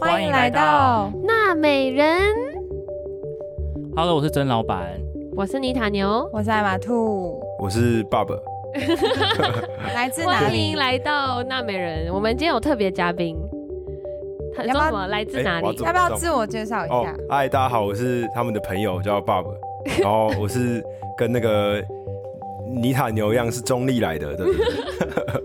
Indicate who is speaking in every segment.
Speaker 1: 欢迎来到
Speaker 2: 娜美人，
Speaker 3: Hello，我是曾老板。
Speaker 2: 我是妮塔牛，
Speaker 1: 我是艾玛兔，
Speaker 4: 我是爸爸，
Speaker 1: 来自哪
Speaker 2: 欢迎
Speaker 1: 里？
Speaker 2: 来到娜美人。我们今天有特别嘉宾，他
Speaker 1: 要不
Speaker 2: 说
Speaker 1: 要
Speaker 2: 什么来自
Speaker 4: 哎
Speaker 2: 哪
Speaker 4: 我要
Speaker 2: 里
Speaker 4: 做？
Speaker 1: 要不要自我介绍一
Speaker 4: 哦
Speaker 1: 下？，
Speaker 4: 嗨，大家好，我是他们的朋友，叫爸爸， 然后我是跟那个尼塔牛一样是中立来的，对不对？哎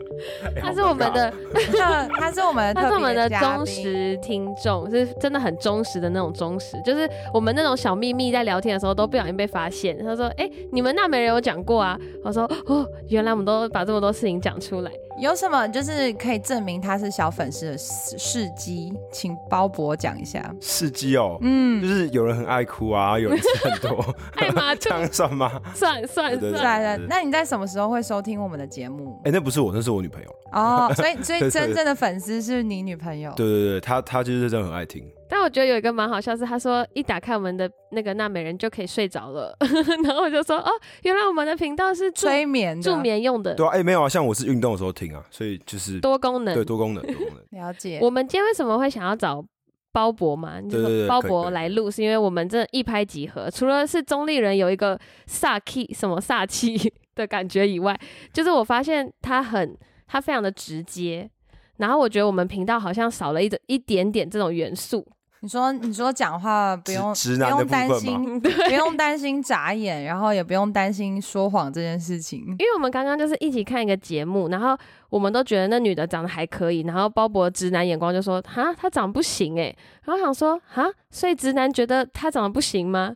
Speaker 2: 他是我们，的，
Speaker 1: 这他是我们的
Speaker 2: 他是
Speaker 1: 特
Speaker 2: 我们
Speaker 1: 别
Speaker 2: 的
Speaker 1: 嘉
Speaker 2: 忠
Speaker 1: 宾
Speaker 2: 实听众，是真的很忠实的那种忠实。就是我们那种小秘密在聊天的时候都不小心被发现。他说：“哎、你们娜美人有讲过啊？”我说：“哦，原来我们都把这么多事情讲出来。
Speaker 1: 有什么就是可以证明他是小粉丝的事事迹，请包博讲一下。
Speaker 4: 司机哦，就
Speaker 1: 嗯，
Speaker 4: 是有人很爱哭啊，有人吃很多，
Speaker 2: 艾玛兔
Speaker 4: 这样算吗？
Speaker 2: 算算
Speaker 4: 对对
Speaker 1: 是
Speaker 4: 对
Speaker 2: 算，
Speaker 1: 来来，那你在什么时候会收听我们的节目？
Speaker 4: 嗯哎，那不是我，那是我女朋友。
Speaker 1: 哦，所以所以
Speaker 4: 对对
Speaker 1: 真正的粉丝是你女朋友。
Speaker 4: 对对对，她她就是真的很爱听，
Speaker 2: 但我觉得有一个蛮好笑是，他说一打开我们的那个娜美人就可以睡着了， 然后我就说哦，原来我们的频道是助
Speaker 1: 催眠的
Speaker 2: 助眠用的
Speaker 4: 对啊，哎，没有啊，像我是运动的时候听啊，所以就是
Speaker 2: 多功能
Speaker 4: 对。多功能，多功能。
Speaker 1: 了解，
Speaker 2: 我们今天为什么会想要找鲍勃嘛？你就
Speaker 4: 对对
Speaker 2: 说
Speaker 4: 对
Speaker 2: 鲍
Speaker 4: 可以可
Speaker 2: 勃
Speaker 4: 以
Speaker 2: 来录，是因为我们真的一拍即合。除了是中立人有一个煞气什么煞气的感觉以外，就是我发现他很他非常的直接，然后我觉得我们频道好像少了一点一点点这种元素。
Speaker 1: 你说你说讲话 不用
Speaker 4: 直
Speaker 1: 不
Speaker 4: 直男的
Speaker 1: 用
Speaker 4: 部分
Speaker 1: 担
Speaker 4: 嘛
Speaker 1: 心，
Speaker 2: 对，
Speaker 1: 不用担心眨眼，然后也不用担心说谎这件事情。
Speaker 2: 因为我们刚刚就是一起看一个节目，然后我们都觉得那女的长得还可以，然后鲍勃直男眼光就说：“哈，她长得不行哎、然后想说：“哈，所以直男觉得她长得不行吗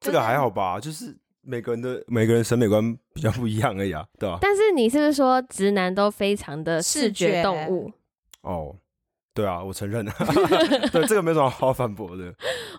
Speaker 4: 这个还好吧，就是每个人的每个人审美观比较不一样而已啊，对吧？”？
Speaker 2: 但是你是不是说直男都非常的视
Speaker 1: 视觉
Speaker 2: 觉动物？
Speaker 4: 哦，对啊， 我承认，对这个没什么好反驳的。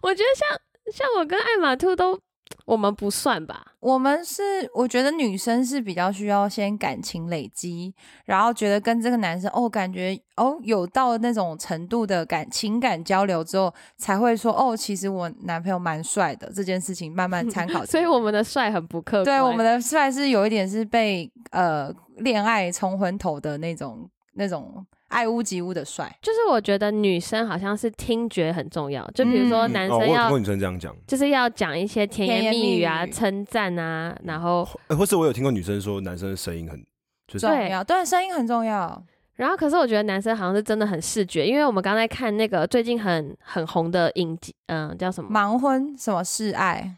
Speaker 2: 我觉得像像我跟艾玛兔都，我们不算吧？
Speaker 1: 我们是，我觉得女生是比较需要先感情累积，然后觉得跟这个男生哦，感觉哦有到那种程度的感情感交流之后，才会说哦，其实我男朋友蛮帅的这件事情，慢慢参
Speaker 2: 。
Speaker 1: 考
Speaker 2: 所以我们的帅很不客观。
Speaker 1: 对我们的帅是有一点是被呃恋爱冲昏头的那种那种爱屋及乌的帅，
Speaker 2: 就是我觉得女生好像是听觉很重要，就比如说
Speaker 1: 嗯
Speaker 2: 男
Speaker 4: 哦，我
Speaker 2: 生
Speaker 4: 有听
Speaker 2: 要、
Speaker 4: 过女生这样讲，
Speaker 2: 就是要讲一些甜
Speaker 1: 甜
Speaker 2: 言
Speaker 1: 言蜜
Speaker 2: 蜜语啊、
Speaker 1: 语
Speaker 2: 称赞啊，然后
Speaker 4: 呃或是我有听过女生说男生的声音很，就是
Speaker 1: 重要对声音很重要。
Speaker 2: 然后，可是我觉得男生好像是真的很视觉，因为我们刚才看那个最近很很红的影集，嗯、叫什么
Speaker 1: 盲婚什么示爱，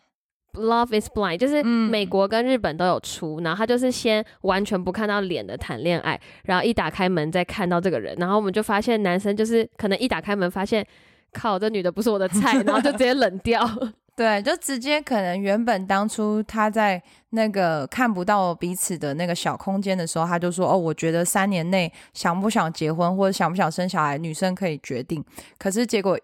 Speaker 2: 《Love Is Blind》，就是
Speaker 1: 嗯
Speaker 2: 美国跟日本都有出。然后他就是先完全不看到脸的谈恋爱，然后一打开门再看到这个人，然后我们就发现男生就是可能一打开门发现，靠，这女的不是我的菜，然后就直接冷掉。
Speaker 1: 对，就直接可能原本当初他在那个看不到彼此的那个小空间的时候，他就说：“哦，我觉得三年内想不想结婚或者想不想生小孩，女生可以决定。”可是结果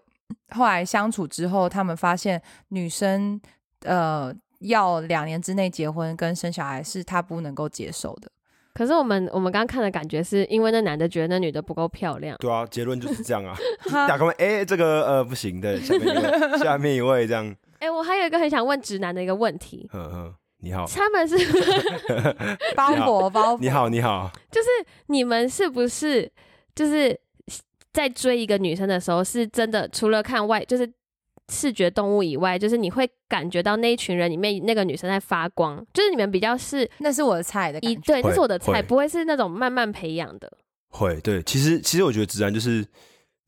Speaker 1: 后来相处之后，他们发现女生呃要两年之内结婚跟生小孩是他不能够接受 的。
Speaker 2: 可是我们我们刚看的感觉是因为那男的觉得那女的不够漂亮，
Speaker 4: 对啊，结论就是这 样啊。打开门，哎，这个呃不行对，下面一位，下面一位这样，
Speaker 2: 哎，我还有一个很想问直男的一个问题，
Speaker 4: 呵呵，你好，
Speaker 2: 他们是。
Speaker 1: 包裹包
Speaker 4: 你
Speaker 1: 裹，
Speaker 4: 好，你好，
Speaker 2: 就是你们是不是就是在追一个女生的时候，是真的除了看外就是视觉动物以外，就是你会感觉到那一群人里面那个女生在发光，就是你们比较是
Speaker 1: 那是我的菜的感
Speaker 2: 一
Speaker 1: 觉。
Speaker 2: 对，
Speaker 4: 会
Speaker 2: 那是我的菜，
Speaker 4: 会
Speaker 2: 不会是那种慢慢培养的。
Speaker 4: 会对，其实其实我觉得直男就是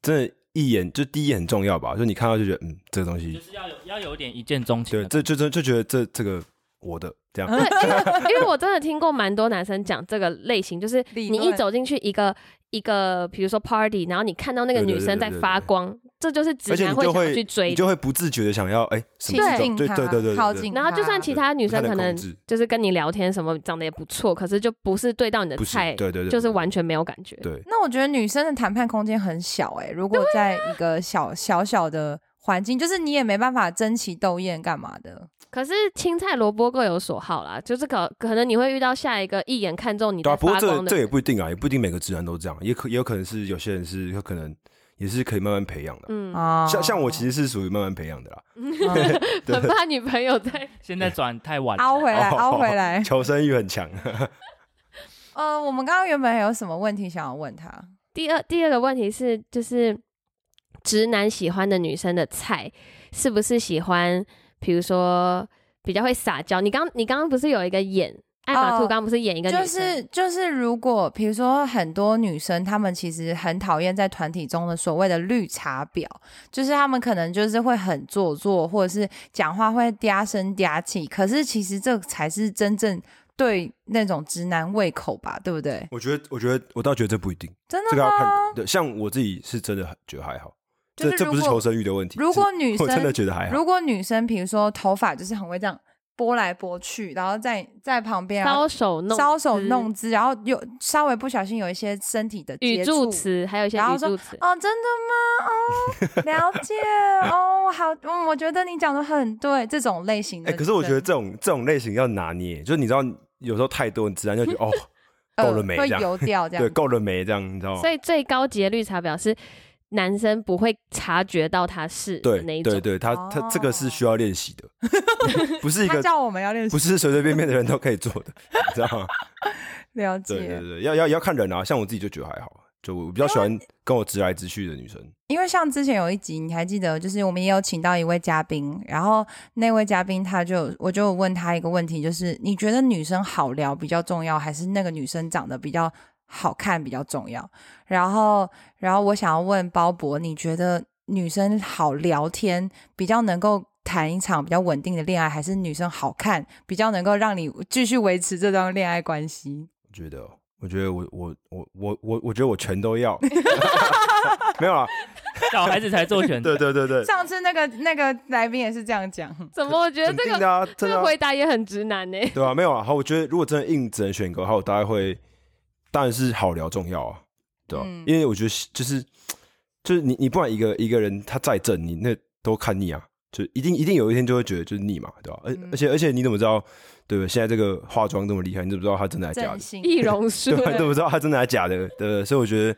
Speaker 4: 真的，一眼就第一眼很重要吧，就你看到就觉得嗯这个东
Speaker 3: 就
Speaker 4: 西，
Speaker 3: 是要有要有点一见钟情啊的
Speaker 4: 对，这就就就觉得这这个我的这样，
Speaker 2: 对，因为 因为我真的听过蛮多男生讲这个类型，就是
Speaker 1: 理
Speaker 2: 你一
Speaker 1: 论
Speaker 2: 走进去一个一个，比如说 party，然后你看到那个
Speaker 4: 对对
Speaker 2: 女
Speaker 4: 对
Speaker 2: 生
Speaker 4: 对
Speaker 2: 在
Speaker 4: 对
Speaker 2: 发
Speaker 4: 对
Speaker 2: 光，这就是直
Speaker 4: 而且
Speaker 2: 男
Speaker 4: 你
Speaker 2: 会
Speaker 4: 就
Speaker 2: 想要去
Speaker 4: 会
Speaker 2: 追
Speaker 4: 你就会不自觉的想要哎什么
Speaker 2: 对
Speaker 4: 时候对
Speaker 1: 靠
Speaker 4: 对对对
Speaker 1: 靠
Speaker 4: 对
Speaker 1: 近他，
Speaker 2: 然后就算其他女生
Speaker 4: 对
Speaker 2: 可
Speaker 4: 不太能
Speaker 2: 能
Speaker 4: 控制
Speaker 2: 就是跟你聊天什么，长得也不错，可是就不是对到你的
Speaker 4: 不是
Speaker 2: 菜，
Speaker 4: 对对对，
Speaker 2: 就是完全没有感觉。
Speaker 4: 对。
Speaker 1: 那我觉得女生的谈判空间很小哎、如果在一个小、小小的环境，就是你也没办法争奇斗艳干嘛的。
Speaker 2: 可是青菜萝卜各有所好啦，就是可可能你会遇到下一个一眼看中你
Speaker 4: 对
Speaker 2: 的
Speaker 4: 啊，不过
Speaker 2: 发
Speaker 4: 这
Speaker 2: 光
Speaker 4: 这
Speaker 2: 的
Speaker 4: 也
Speaker 2: 人。
Speaker 4: 不一定啊，也不一定每个直男都这样，也可也有可能是有些人是有可能也是可以慢慢培养的。
Speaker 2: 嗯，
Speaker 1: 啊，嗯
Speaker 4: 像像我其实是属于慢慢培养的啦，对
Speaker 2: 很怕女朋友在。
Speaker 3: 现在转太晚了，
Speaker 1: 凹回来，
Speaker 4: 哦
Speaker 1: 凹回 来。
Speaker 4: 求生欲很强。
Speaker 1: 呃，我们刚刚原本还有什么问题想要问他？
Speaker 2: 第二第二个问题是，就是直男喜欢的女生的菜，是不是喜欢，比如说比较会撒娇？你刚你刚刚不是有一个演艾玛
Speaker 1: 哦
Speaker 2: 兔，刚刚不是演一个女
Speaker 1: 就
Speaker 2: 生？
Speaker 1: 是就是，如果比如说很多女生，她们其实很讨厌在团体中的所谓的绿茶婊，就是她们可能就是会很做作，或者是讲话会嗲声嗲气。可是其实这才是真正对那种直男胃口吧，对不对？
Speaker 4: 我觉得，我觉得，我倒觉得这不一定，
Speaker 1: 真
Speaker 4: 这
Speaker 1: 的
Speaker 4: 个要看
Speaker 1: 吗
Speaker 4: 人。对，像我自己是真的很觉得还好，
Speaker 1: 啊就
Speaker 4: 这
Speaker 1: 是
Speaker 4: 这
Speaker 1: 如
Speaker 4: 不是
Speaker 1: 果
Speaker 4: 求生欲的问题。
Speaker 1: 如果女
Speaker 4: 是我真的
Speaker 1: 生
Speaker 4: 觉得还好，
Speaker 1: 如果女生比如说头发就是很会这样拨来拨去，然后在在旁边啊
Speaker 2: 搔首弄嗯
Speaker 1: 搔首
Speaker 2: 姿
Speaker 1: 弄姿，然后有稍微不小心有一些身体的
Speaker 2: 语
Speaker 1: 接
Speaker 2: 助
Speaker 1: 触。
Speaker 2: 词，还有一些
Speaker 1: 然后
Speaker 2: 语
Speaker 1: 说
Speaker 2: 助词。
Speaker 1: 哦，真的吗？哦，了解哦，好，嗯，我觉得你讲的很对，这种类型的
Speaker 4: 哎、
Speaker 1: 女生，
Speaker 4: 可是我觉得这种这种类型要拿捏，就是你知道，有时候太多，你自然就觉得 哦，够了没
Speaker 1: 呃、会
Speaker 4: 这样
Speaker 1: 游掉这
Speaker 4: 对，
Speaker 1: 样，
Speaker 4: 够了没这样，你知道吗
Speaker 2: 所？以最高级的绿茶婊是男生不会察觉到他是的那
Speaker 4: 对
Speaker 2: 一种。哦
Speaker 4: 对对，他他这个是需要练习的， 不是一
Speaker 1: 他
Speaker 4: 个
Speaker 1: 叫我们要练习
Speaker 4: 不，是随随便便的人都可以做的， 你知道吗？
Speaker 1: 了解，
Speaker 4: 对对对，要要要看人啊，像我自己就觉得还好，就我比较喜欢跟我直来直去的女生。
Speaker 1: 因为像之前有一集，你还记得，就是我们也有请到一位嘉宾，然后那位嘉宾他就我就问他一个问题，就是你觉得女生好聊比较重要，还是那个女生长得比较好看比较重要？然后，然后我想要问鲍勃，你觉得女生好聊天比较能够谈一场比较稳定的恋爱，还是女生好看比较能够让你继续维持这段恋爱关系？
Speaker 4: 我觉得哦，我觉得我我我我我我觉得我全都 要， 没有啊，
Speaker 3: 小孩子才做 选择
Speaker 4: 对。对对对，
Speaker 1: 上次那个那个来宾也是这样讲。
Speaker 2: 怎么？我觉得
Speaker 4: 肯
Speaker 2: 这
Speaker 4: 定
Speaker 2: 个
Speaker 4: 的啊，
Speaker 2: 这
Speaker 4: 真的
Speaker 2: 个
Speaker 4: 啊
Speaker 2: 回答也很直男 呢、
Speaker 4: 对啊，没有啊。好，我觉得如果真的硬只能选个号，大概会当然是好聊重要啊，对啊，
Speaker 1: 嗯
Speaker 4: 因为我觉得是就是就是你你不管一个一个人他再正，你那都看腻啊，就一定一定有一天就会觉得就是腻嘛，对吧、而、
Speaker 1: 嗯
Speaker 4: 而且而且你怎么知道对不对？现在这个化妆这么厉害，你怎么知道他真的还是假
Speaker 1: 真
Speaker 4: 的？
Speaker 1: 心
Speaker 2: 易容术
Speaker 4: 对，吧？你怎么知道他真的还是假的？对不对？所以我觉得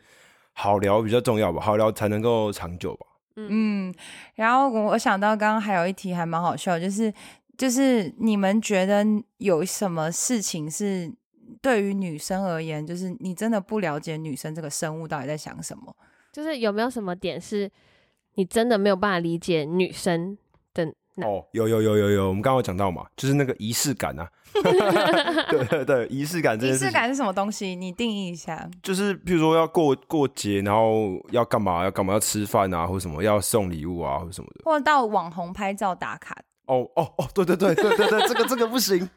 Speaker 4: 好聊比较重要吧，好聊才能够长久吧。
Speaker 2: 嗯，
Speaker 1: 嗯，然后我我想到刚刚还有一题还蛮好笑，就是就是你们觉得有什么事情是对于女生而言，就是你真的不了解女生这个生物到底在想什么？
Speaker 2: 就是有没有什么点是你真的没有办法理解女生的？那
Speaker 4: 哦，有有有有有，我们刚刚有讲到嘛，就是那个仪式感啊， 对对对，仪式感这
Speaker 1: 仪
Speaker 4: 件事
Speaker 1: 式
Speaker 4: 情。
Speaker 1: 感是什么东西？你定义一下。
Speaker 4: 就是譬如说要过过节，然后要干嘛？要干嘛？要吃饭啊，或什么？要送礼物啊，或什么的。
Speaker 1: 或者到网红拍照打卡，
Speaker 4: 哦哦哦，对对对对对对，这个这个不行。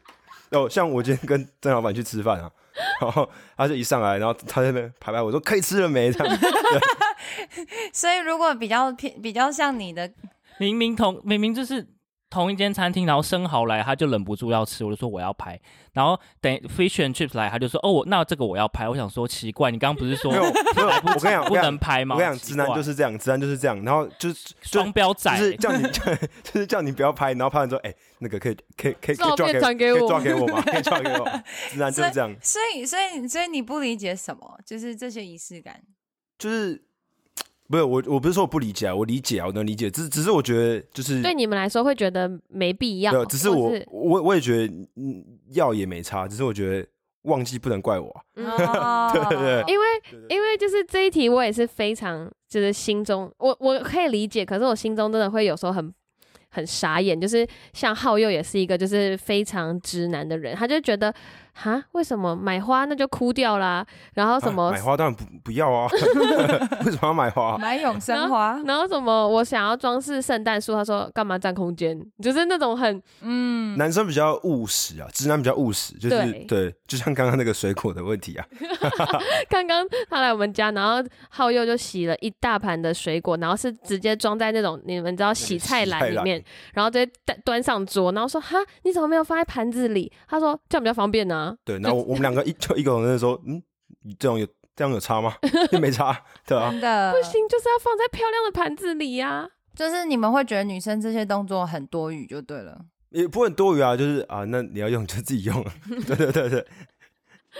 Speaker 4: 哦，像我今天跟郑老板去吃饭啊，然后他就一上来，然后他在那边拍拍我说可以吃了没？这样
Speaker 1: 所以如果比较偏比较像你的，
Speaker 3: 明明同明明就是同一间餐厅，然后生蚝来他就忍不住要吃，我就说我要拍，然后等 fish and chips 来他就说哦我那这个我要拍，我想说奇怪，你刚刚不是说
Speaker 4: 没有，没有。
Speaker 3: 来
Speaker 4: 我跟你讲，
Speaker 3: 不不
Speaker 4: 我
Speaker 3: 能
Speaker 4: 跟你讲，
Speaker 3: 拍吗？
Speaker 4: 我跟你讲，直男
Speaker 3: 奇怪
Speaker 4: 就是这样，直男就是这样。然后就是就
Speaker 3: 双标仔
Speaker 4: 就，是叫你 就是叫你不要拍，然后拍完之后，哎，那个可以可以可以可以
Speaker 2: 照
Speaker 4: 抓
Speaker 2: 片
Speaker 4: 给
Speaker 2: 传给
Speaker 4: 可以
Speaker 2: 我
Speaker 4: 抓给我吗？可以抓给我。直男就是这样。
Speaker 1: 所以所以所以你不理解什么，就是这些仪式感。
Speaker 4: 就是不是我，我不是说我不理解啊，我理解啊，我能理解，只只是我觉得就是
Speaker 2: 对你们来说会觉得没必要，
Speaker 4: 嗯对，只是我
Speaker 2: 或
Speaker 4: 我我也觉得嗯要也没差，只是我觉得忘记不能怪我 啊、
Speaker 1: 哦
Speaker 4: 对对
Speaker 2: 因为
Speaker 4: 对
Speaker 2: 因为就是这一题，我也是非常就是心中我我可以理解，可是我心中真的会有时候很很傻眼，就是像浩佑也是一个就是非常直男的人，他就觉得哈为什么买花那就哭掉啦，然后什么、
Speaker 4: 啊买花当然不不 要啊，为什么要买花、啊
Speaker 1: 买永生花，
Speaker 2: 然后什么我想要装饰圣诞树，他说干嘛占空间，就是那种很
Speaker 1: 嗯，
Speaker 4: 男生比较务实啊，直男比较务实，就是
Speaker 2: 对
Speaker 4: 对就像刚刚那个水果的问题啊，
Speaker 2: 刚刚他来我们家，然后浩佑就洗了一大盘的水果，然后是直接装在那种你们知道洗菜篮里面，然后直接端端上桌，然后说哈，你怎么没有放在盘子里？他说这样比较方便啊呢、
Speaker 4: 对，然后我我们两个一就一个人在说，嗯，你这样有这样有差吗？ 也没差，对啊
Speaker 1: 真，的
Speaker 2: 不行，就是要放在漂亮的盘子里呀、
Speaker 1: 就是你们会觉得女生这些动作很多余就对了，
Speaker 4: 也不会很多余啊，就是啊，那你要用就自己用啊， 对对对对。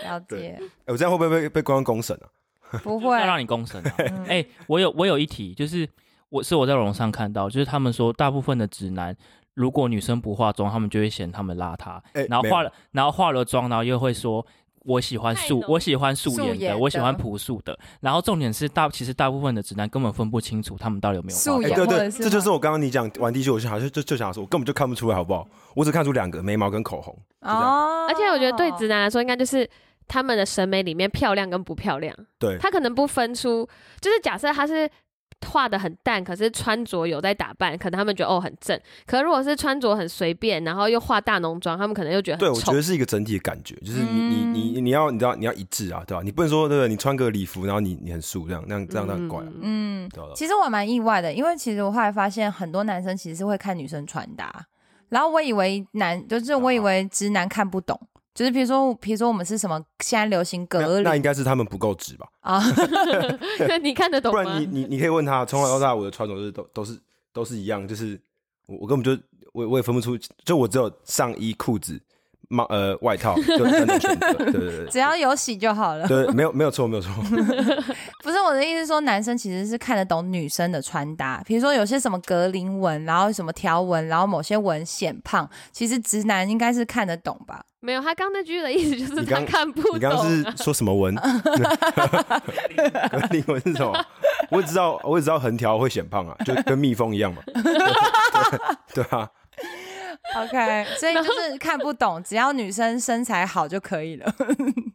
Speaker 1: 了解？
Speaker 4: 哎、我这样会不会被被公安公审啊？
Speaker 1: 不
Speaker 3: 就是
Speaker 1: 会
Speaker 3: 要，让你公审 啊。
Speaker 1: 嗯
Speaker 3: 哎、我有我有一题，就是我是我在网上看到，就是他们说大部分的直男，如果女生不化妆，他们就会嫌他们邋遢，
Speaker 4: 哎
Speaker 3: 然后
Speaker 4: 没有
Speaker 3: 化了，然后化了妆，然后又会说我喜欢
Speaker 2: 太
Speaker 3: 素
Speaker 2: 浓，
Speaker 3: 我喜欢素
Speaker 1: 素
Speaker 3: 颜的，
Speaker 1: 颜
Speaker 3: 我喜
Speaker 1: 的
Speaker 3: 欢朴素的。然后重点是大，其实大部分的直男根本分不清楚他们到底有没有
Speaker 1: 素
Speaker 3: 画
Speaker 1: 颜
Speaker 3: 眉
Speaker 4: 哎、
Speaker 1: 演
Speaker 4: 对
Speaker 1: 或者
Speaker 4: 对，
Speaker 1: 是
Speaker 4: 这就是我刚刚你讲玩地球，我就好像就就想说，我根本就看不出来，好不好？我只看出两个眉毛跟口红，
Speaker 1: 哦，
Speaker 2: 而且我觉得对直男来说，应该就是他们的审美里面漂亮跟不漂亮，
Speaker 4: 对
Speaker 2: 他可能不分出，就是假设他是。画的很淡，可是穿着有在打扮，可能他们觉得哦很正。可如果是穿着很随便，然后又化大浓妆，他们可能又觉得
Speaker 4: 对
Speaker 2: 很
Speaker 4: 我
Speaker 2: 丑。
Speaker 4: 觉得是一个整体的感觉，就是你你
Speaker 1: 嗯
Speaker 4: 你你要你知道你要一致啊，对吧、你不能说对不对？你穿个礼服，然后你你很素这样，那样这样那样很怪、啊，
Speaker 2: 嗯
Speaker 1: 嗯，
Speaker 4: 对吧、对吧
Speaker 1: 其实我蛮意外的，因为其实我后来发现很多男生其实是会看女生穿搭，然后我以为男就是我以为直男看不懂，就是比如说比如说我们是什么现在流行
Speaker 4: 那
Speaker 1: 隔
Speaker 4: 那
Speaker 1: 离
Speaker 4: 应该是他们不够直吧？
Speaker 1: 啊，
Speaker 2: 那你看得懂
Speaker 4: 不
Speaker 2: 吗？
Speaker 4: 然你你你可以问他，从小到大我的传统就是都都是都是一样，就是我我根本就我我也分不出，就我只有上衣、裤子、帽呃外套，就 三种选择，对对对
Speaker 1: 只要有洗就好了。
Speaker 4: 对，对没有没有错没有错，
Speaker 1: 不是我的意思，说男生其实是看得懂女生的穿搭，比如说有些什么格林纹，然后什么条纹，然后某些纹显胖，其实直男应该是看得懂吧？
Speaker 2: 没有，他刚那句的意思就是
Speaker 4: 你
Speaker 2: 他
Speaker 4: 刚
Speaker 2: 看不懂、啊。
Speaker 4: 你刚刚是说什么文？格林文是什么？我只知道我只知道横条会显胖啊，就跟蜜蜂一样嘛，对对啊，
Speaker 1: OK，所 以就是看不懂，只要女生身材好就可以了，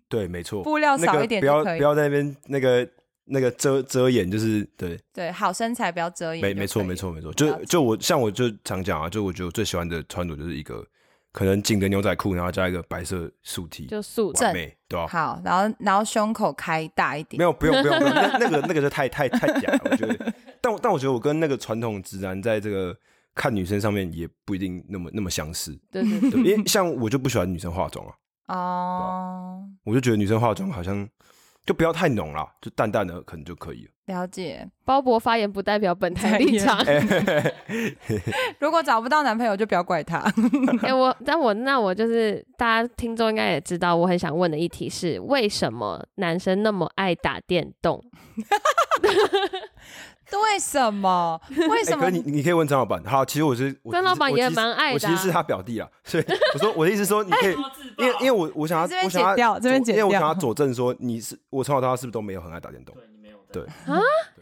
Speaker 4: 对，没错，
Speaker 1: 布料
Speaker 4: 那
Speaker 1: 少
Speaker 4: 个
Speaker 1: 一点
Speaker 4: 不要
Speaker 1: 就可以。
Speaker 4: 不要在那边那个那个遮遮掩，就是对。
Speaker 1: 对，好身材不要遮掩。
Speaker 4: 没没错没。错没错，就
Speaker 1: 了解
Speaker 4: 就我像我就常讲啊，就我觉得我最喜欢的穿着就是一个可能紧的牛仔裤，然后加一个白色素 T，
Speaker 2: 就素
Speaker 1: 正
Speaker 4: 完美，对吧、
Speaker 1: 好，然后然后胸口开大一点
Speaker 4: 没。有，不用不用，不用那那个那个就太太太假了，我觉得。但我但我觉得我跟那个传统直男在这个看女生上面也不一定那么那么相似，
Speaker 2: 对对
Speaker 4: 对，因为像我就不喜欢女生化妆啊，
Speaker 1: 哦，
Speaker 4: 我就觉得女生化妆好像就不要太浓啦，就淡淡的可能就可以了。
Speaker 1: 了解。
Speaker 2: 鲍勃发言不代表本台立场。 哎、
Speaker 1: 如果找不到男朋友，就不要怪他。
Speaker 2: 哎我但我那我就是大家听众应该也知道，我很想问的一题是，为什么男生那么爱打电动？
Speaker 1: 为什么？为
Speaker 4: 哎、
Speaker 1: 什
Speaker 4: 可
Speaker 1: 么？
Speaker 4: 是你你可以问张老板，好，其实我是我
Speaker 2: 张老板
Speaker 4: 我其实
Speaker 2: 也蛮爱的啊
Speaker 4: 我其实是他表弟啦，所以我说我的意思说你可以，因为因为我我想
Speaker 1: 这
Speaker 4: 要
Speaker 1: 边
Speaker 4: 我想要
Speaker 1: 剪掉这边
Speaker 4: 佐
Speaker 1: 剪
Speaker 4: 因为我
Speaker 1: 掉
Speaker 4: 想要佐证说你是我从小到大是不是都没有很爱打电动？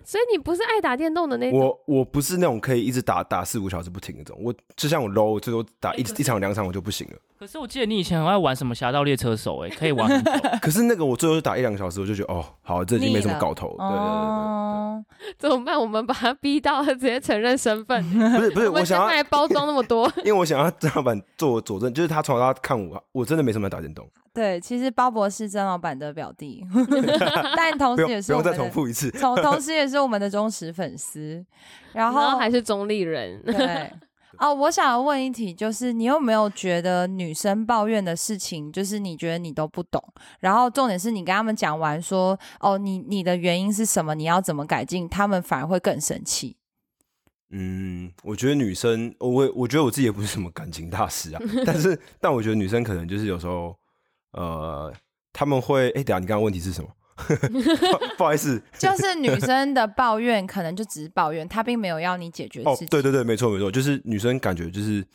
Speaker 2: 所以你不是爱打电动的哎那种，
Speaker 4: 我我不是那种可以一直打打四五小时不停那种，我就像我 low 我最多打一一场两场我就不行了，
Speaker 3: 可是我记得你以前很爱玩什么《侠盗猎车手》哎，可以玩 很久。
Speaker 4: 可是那个我最多就打一两个小时我就觉得哦好这已经没什么搞头，对对对
Speaker 1: 哦，
Speaker 2: 怎么办？我们把他逼到他直接承认身份，
Speaker 4: 对对，不是不是
Speaker 2: 我们
Speaker 4: 我
Speaker 2: 先
Speaker 4: 想要
Speaker 2: 来包装那么多。
Speaker 4: 因为我想要张老板做我佐证，就是他从小到大看我我真的没什么打电动，
Speaker 1: 对，其实鲍勃是曾老板的表弟， 但同
Speaker 4: 不
Speaker 1: 时
Speaker 4: 用
Speaker 1: 也
Speaker 4: 不
Speaker 1: 哦是我
Speaker 4: 用
Speaker 1: 们
Speaker 4: 再
Speaker 1: 的
Speaker 4: 重复一次，
Speaker 1: 同同时也是我们的忠实粉丝。然
Speaker 2: 然后
Speaker 1: 后
Speaker 2: 还是中立人，
Speaker 1: 对。哦，我想要问一题，就是你有没有觉得女生抱怨的事情，就是你觉得你都不懂，然后重点是你跟他们讲完说，哦，你你的原因是什么，你要怎么改进，他们反而会更生 气。
Speaker 4: 嗯，我觉得女生，我我觉得我自己也不是什么感情大师啊， 但是但我觉得女生可能就是有时候，呃，他们会，哎、等一下你刚刚问题是什么？ 不好意思，
Speaker 1: 就是女生的抱怨可能就只是抱怨，她并没有要你解决
Speaker 4: 哦
Speaker 1: 事情。，
Speaker 4: 对对对，没错没错，就是女生感觉就是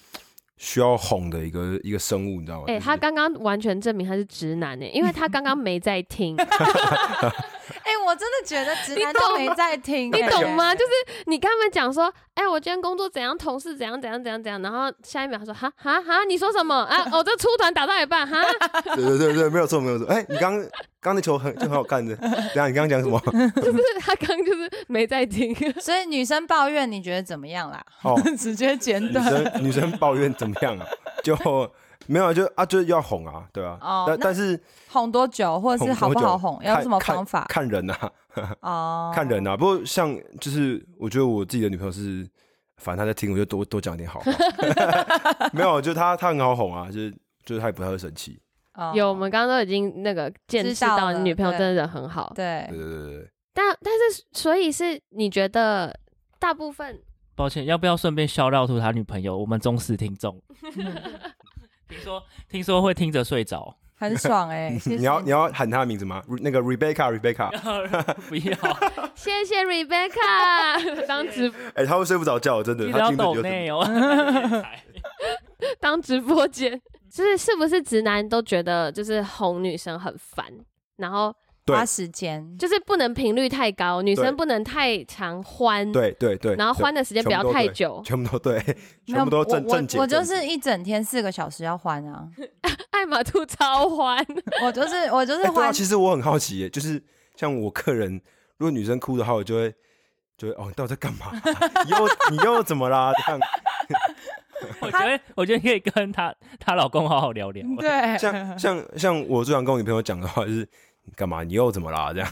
Speaker 4: 需要哄的一个一个生物，你知道吗？
Speaker 2: 哎、
Speaker 4: 就是
Speaker 2: 他刚刚完全证明他是直男呢、因为他刚刚没在听，
Speaker 1: 哎、我真的觉得直
Speaker 2: 你
Speaker 1: 男
Speaker 2: 懂
Speaker 1: 都没在听、
Speaker 2: 你
Speaker 1: 哎
Speaker 2: 懂吗？就是你跟他们讲说，哎、我今天工作怎样，同事怎样怎样怎样怎样，然后下一秒他说，哈哈哈，你说什么啊？我、这出团打到一 半，哈，
Speaker 4: 对对对对，没有错没有错。哎、你刚刚刚那球很就很好看的，等一下你刚刚讲什 么？
Speaker 2: 就是他刚刚就是没在听，
Speaker 1: 所以女生抱怨，你觉得怎么样啦？
Speaker 4: 哦，
Speaker 1: 直接剪
Speaker 4: 女
Speaker 1: 短。
Speaker 4: 生女生抱怨怎么样啊？就没有啊就啊就要哄啊，对啊。
Speaker 1: 哦
Speaker 4: 但
Speaker 1: 那
Speaker 4: 但是。
Speaker 1: 哄多久，或者是好
Speaker 4: 哄多
Speaker 1: 不好
Speaker 4: 久
Speaker 1: 哄，要
Speaker 4: 看
Speaker 1: 什么
Speaker 4: 看
Speaker 1: 方法？
Speaker 4: 看人啊，
Speaker 1: 哦，
Speaker 4: 看人啊。不过像就是，我觉得我自己的女朋友是，反正她在听，我就多多讲点好话。 没有，就她她很好哄啊，就是就是她也不太会生气。
Speaker 1: 哦
Speaker 2: 有我们刚刚都已经那个见识
Speaker 1: 知道
Speaker 2: 到
Speaker 1: 了
Speaker 2: 你女朋友
Speaker 1: 对
Speaker 2: 真的人很好，
Speaker 1: 对
Speaker 4: 对对对对，
Speaker 2: 但但是所以是你觉得大部分
Speaker 3: 抱歉，要不要顺便笑到出他女朋友？我们忠实听众，听说听说会听着睡 着，
Speaker 1: 很爽哎、谢谢
Speaker 4: 嗯你要你要喊她的名字吗？那个 Rebecca Rebecca，
Speaker 3: 不要，
Speaker 1: 哦
Speaker 2: 谢谢 Rebecca 当 直
Speaker 4: 哎、
Speaker 1: 哦
Speaker 4: 她会睡不着觉，真的，
Speaker 3: 记得
Speaker 4: 她
Speaker 3: 要
Speaker 4: 听着
Speaker 3: 抖
Speaker 4: 就
Speaker 3: 内哦。
Speaker 2: 当直播间。 就是是不是直男都觉得就是哄女生很烦，然后
Speaker 4: 对
Speaker 1: 花时间，
Speaker 2: 就是不能频率太高，女生不能太常欢，
Speaker 4: 对对对，
Speaker 2: 然后
Speaker 4: 对
Speaker 2: 欢的时间不要太久。
Speaker 4: 全部都对，
Speaker 1: 没
Speaker 4: 全
Speaker 1: 有
Speaker 4: 部都
Speaker 1: 我
Speaker 4: 正正解。
Speaker 1: 我我就
Speaker 4: 正哎解
Speaker 1: 是一整天四个小时要还啊，
Speaker 2: 艾玛兔超欢，
Speaker 1: 我就是我就是
Speaker 4: 哎对 啊，
Speaker 1: 还
Speaker 4: 其实我很好奇耶，就是像我个人，如果女生哭的话，我就会就会哦，你到底在干嘛？ 你又你又怎么啦？这样
Speaker 3: 我觉得我觉得可以跟她她老公好好聊
Speaker 4: 哦
Speaker 3: 聊。
Speaker 1: 对，
Speaker 4: 像像像我最常跟我女朋友讲的话就是，你干嘛？你又怎么啦？这样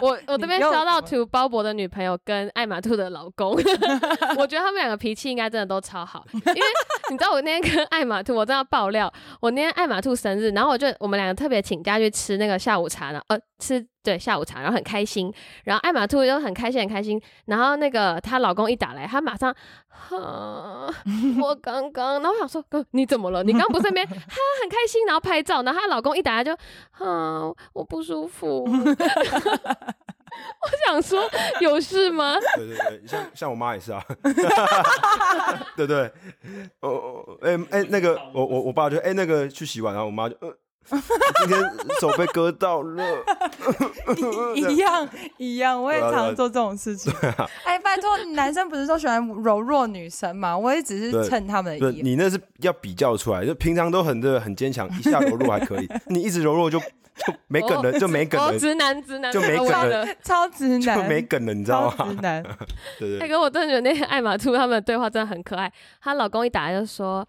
Speaker 2: 我我这边
Speaker 1: 你又
Speaker 2: shout out to 鲍勃的女朋友跟艾玛兔的老 公，我觉得他们两个脾气应该真的都超好，因为你知道我那天跟艾玛兔，我真的要爆料，我那天艾玛兔生日，然后我就我们两个特别请假去吃那个下午茶，然后呃吃对下午茶，然后很开心，然后艾玛兔就很开心很开心，然后那个她老公一打来，她马上，哈，我刚刚，然后我想说哥你怎么了？你刚刚不是在那边哈很开心，然后拍照，然后她老公一打来就，哈我不舒服，我想说有事吗？
Speaker 4: 对对对，像像我妈也是啊， 对对，我我哎哎那个我我我爸就哎、那个去洗碗，然后我妈就呃。今天手被割到了，
Speaker 1: 哎一样一样，我也
Speaker 4: 对啊对啊
Speaker 1: 常做这种事情。哎，拜托，男生不是都喜欢柔弱女生吗？我也只
Speaker 4: 对
Speaker 1: 是蹭他们的
Speaker 4: 对
Speaker 1: 意。
Speaker 4: 你那是要比较出来，就平常都很的很坚强，一下柔弱还可以，你一直柔弱就就没梗了，就没梗
Speaker 2: 哦，
Speaker 4: 了，
Speaker 2: 直男直男
Speaker 4: 就没
Speaker 2: 我
Speaker 4: 梗
Speaker 2: 忘
Speaker 4: 了
Speaker 2: 了。
Speaker 1: 超直
Speaker 4: 就
Speaker 1: 男，
Speaker 4: 没梗了，你知道
Speaker 1: 超
Speaker 4: 吗
Speaker 1: 直？男。
Speaker 4: 对
Speaker 2: 哎
Speaker 4: 对，
Speaker 2: 哥，我真的觉得那个艾玛兔他们的对话真的很可爱。她老公一打来就说：“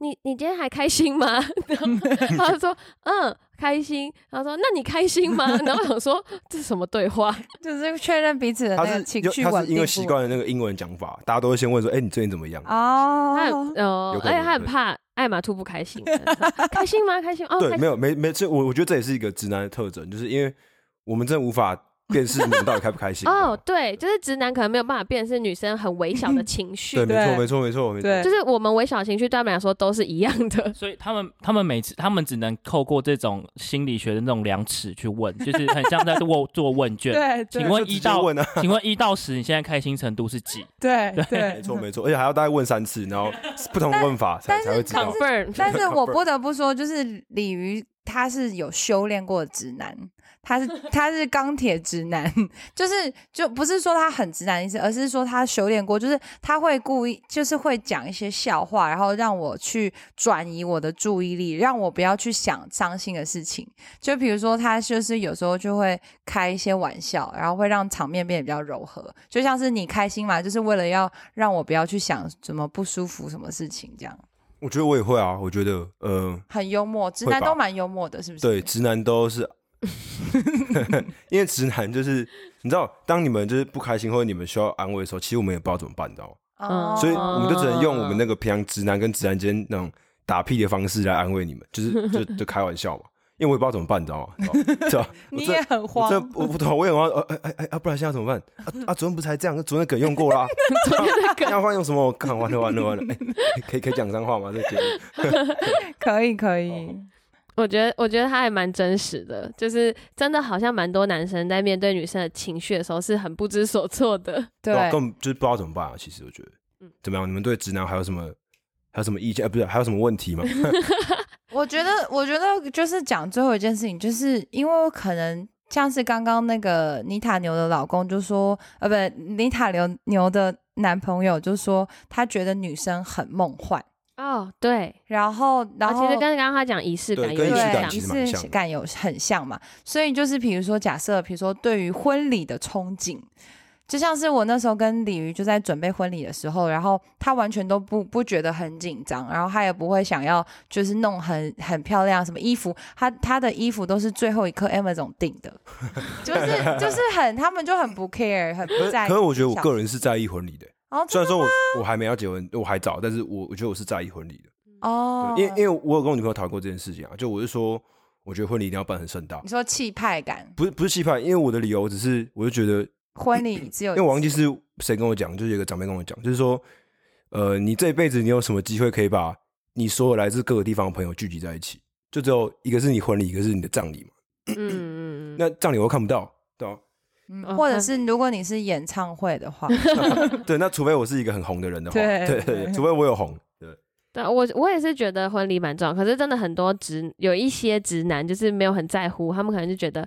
Speaker 2: 你你今天还开心吗？” 然后她说：“嗯，开心。”然后说：“那你开心吗？” 然后我想说这是什么对话？
Speaker 1: 就是确认彼此的
Speaker 4: 他
Speaker 1: 那个
Speaker 4: 是
Speaker 1: 情
Speaker 4: 就
Speaker 1: 绪
Speaker 4: 他
Speaker 1: 稳
Speaker 4: 是
Speaker 1: 定
Speaker 4: 因
Speaker 1: 不
Speaker 4: 为
Speaker 1: 稳
Speaker 4: 习惯了那个英文讲法，大家都会先问说：“哎，你最近怎么样
Speaker 2: 她很
Speaker 1: 哦，
Speaker 2: 呃
Speaker 4: 有，可
Speaker 2: 而
Speaker 4: 能
Speaker 2: 且她很怕艾玛兔不开心，啊开心吗？开心？”哦，
Speaker 4: 对
Speaker 2: 开，心。
Speaker 4: 没有没没，这我我觉得这也是一个直男的特征，就是因为我们真的无法辨识你们到底开不 开心。
Speaker 2: 哦，对，就是直男可能没有办法辨识女生很微小的情绪
Speaker 4: 对，，没错
Speaker 1: 对
Speaker 4: 没错没错没错。
Speaker 1: 对
Speaker 2: 就是我们微小的情绪对他们来说都是一样 的。
Speaker 3: 所以他们他们每次他们只能透过这种心理学的那种量尺去问，就是很像在做做问卷。
Speaker 1: 对
Speaker 3: 请
Speaker 1: 对
Speaker 3: 问
Speaker 4: 就直
Speaker 3: 一
Speaker 4: 接
Speaker 3: 到
Speaker 4: 问啊，
Speaker 3: 请问一到十，你现在开心程度是几？
Speaker 1: 对
Speaker 4: 没
Speaker 1: 对。
Speaker 4: 错没错，而且还要大概问三次，然后不同的问法才
Speaker 1: 但
Speaker 4: 才
Speaker 1: 是
Speaker 4: 会知道。
Speaker 2: Confirm，
Speaker 1: 但是我不得不说，就是鲤鱼他是有修炼过的直男，他是他是钢铁直男，就是就不是说他很直男的意思，而是说他修炼过，就是他会故意就是会讲一些笑话，然后让我去转移我的注意力，让我不要去想伤心的事情。就比如说他就是有时候就会开一些玩笑，然后会让场面变得比较柔和，就像是你开心嘛，就是为了要让我不要去想怎么不舒服什么事情这样。
Speaker 4: 我觉得我也会啊，我觉得呃，
Speaker 1: 很幽默，直
Speaker 4: 会
Speaker 1: 男
Speaker 4: 吧
Speaker 1: 都蛮幽默的，是不是？
Speaker 4: 对，直男 都是，因为直男就是你知道，当你们就是不开心或者你们需要安慰的时候，其实我们也不知道怎么办，你知道吗？
Speaker 1: 哦，
Speaker 4: 所以我们就只能用我们那个平常直男跟直男间那种打屁的方式来安慰你们，就是就就开玩笑嘛。因为我也不知道怎么办，你知道吗？你知道吗
Speaker 1: 你也很
Speaker 4: 我
Speaker 1: 慌
Speaker 4: 这，我不懂，我也很呃哎哎哎啊，不然现在怎么办？啊啊，昨天不是才这样？昨天梗用过啦，
Speaker 2: 昨天那个
Speaker 4: 要换用什么？我看完了完了完了，哎可以可以讲脏话吗？这个节目
Speaker 1: 可以可
Speaker 4: 哦
Speaker 1: 以，
Speaker 2: 我觉得，我觉得他还蛮真实的，就是真的好像蛮多男生在面对女生的情绪的时候是很不知所措的。
Speaker 1: 对，
Speaker 4: 啊根本就是不知道怎么办啊。其实我觉得，怎么样？你们对直男还有什么还有什么意见？哎，不是还有什么问题吗？
Speaker 1: 我觉得，我觉得就是讲最后一件事情，就是因为我可能像是刚刚那个妮塔牛的老公就说，呃，不对，妮塔牛牛的男朋友就说，他觉得女生很梦幻，
Speaker 2: 哦，对，
Speaker 1: 然后，然
Speaker 2: 然
Speaker 1: 后
Speaker 2: 后、其实跟刚刚他讲仪式感有
Speaker 4: 对跟仪式
Speaker 2: 点
Speaker 4: E 感其
Speaker 2: 像
Speaker 4: 实蛮
Speaker 1: 仪
Speaker 4: 像
Speaker 1: 式
Speaker 4: 的
Speaker 1: 感有很像嘛，所以就是比如说，假设比如说对于婚礼的憧憬，就像是我那时候跟鲤鱼就在准备婚礼的时候，然后他完全都不不觉得很紧张，然后他也不会想要就是弄很很漂亮什么衣服，他他的衣服都是最后一刻 Emma 总订的，就是就是很他们就很不 care，很
Speaker 4: 可
Speaker 1: 不
Speaker 4: 是
Speaker 1: 在意。
Speaker 4: 可是我觉得我个，人是在意婚礼的，
Speaker 1: 哦，真
Speaker 4: 虽然
Speaker 1: 的
Speaker 4: 说我我还没要结婚，我还早，但是我我觉得我是在意婚礼的。
Speaker 1: 哦，
Speaker 4: 对，因为因为我有跟我女朋友讨论过这件事情啊，就我是说，我觉得婚礼一定要办很盛大
Speaker 1: 你，说气派感，
Speaker 4: 不是不是气派，因为我的理由只是，我就觉得，
Speaker 1: 婚礼只有
Speaker 4: 因为我忘
Speaker 1: 一
Speaker 4: 记
Speaker 1: 次
Speaker 4: 是谁跟我讲，就是有一个长辈跟我讲，就是说，呃，你这一辈子你有什么机会可以把你所有来自各个地方的朋友聚集在一起？就只有一个是你婚礼，一个是你的葬礼嘛。
Speaker 2: 嗯嗯嗯，
Speaker 4: 那葬礼我又看不到，对啊吧、
Speaker 1: 嗯
Speaker 2: 哦
Speaker 1: 或者
Speaker 2: 但
Speaker 1: 是如果你是演唱会的话，
Speaker 4: 对，那除非我是一个很红的人的话，
Speaker 1: 对
Speaker 4: 对对，除非我有红，对，
Speaker 2: 对啊我我也是觉得婚礼蛮重要，可是真的很多直有一些直男就是没有很在乎，他们可能就觉得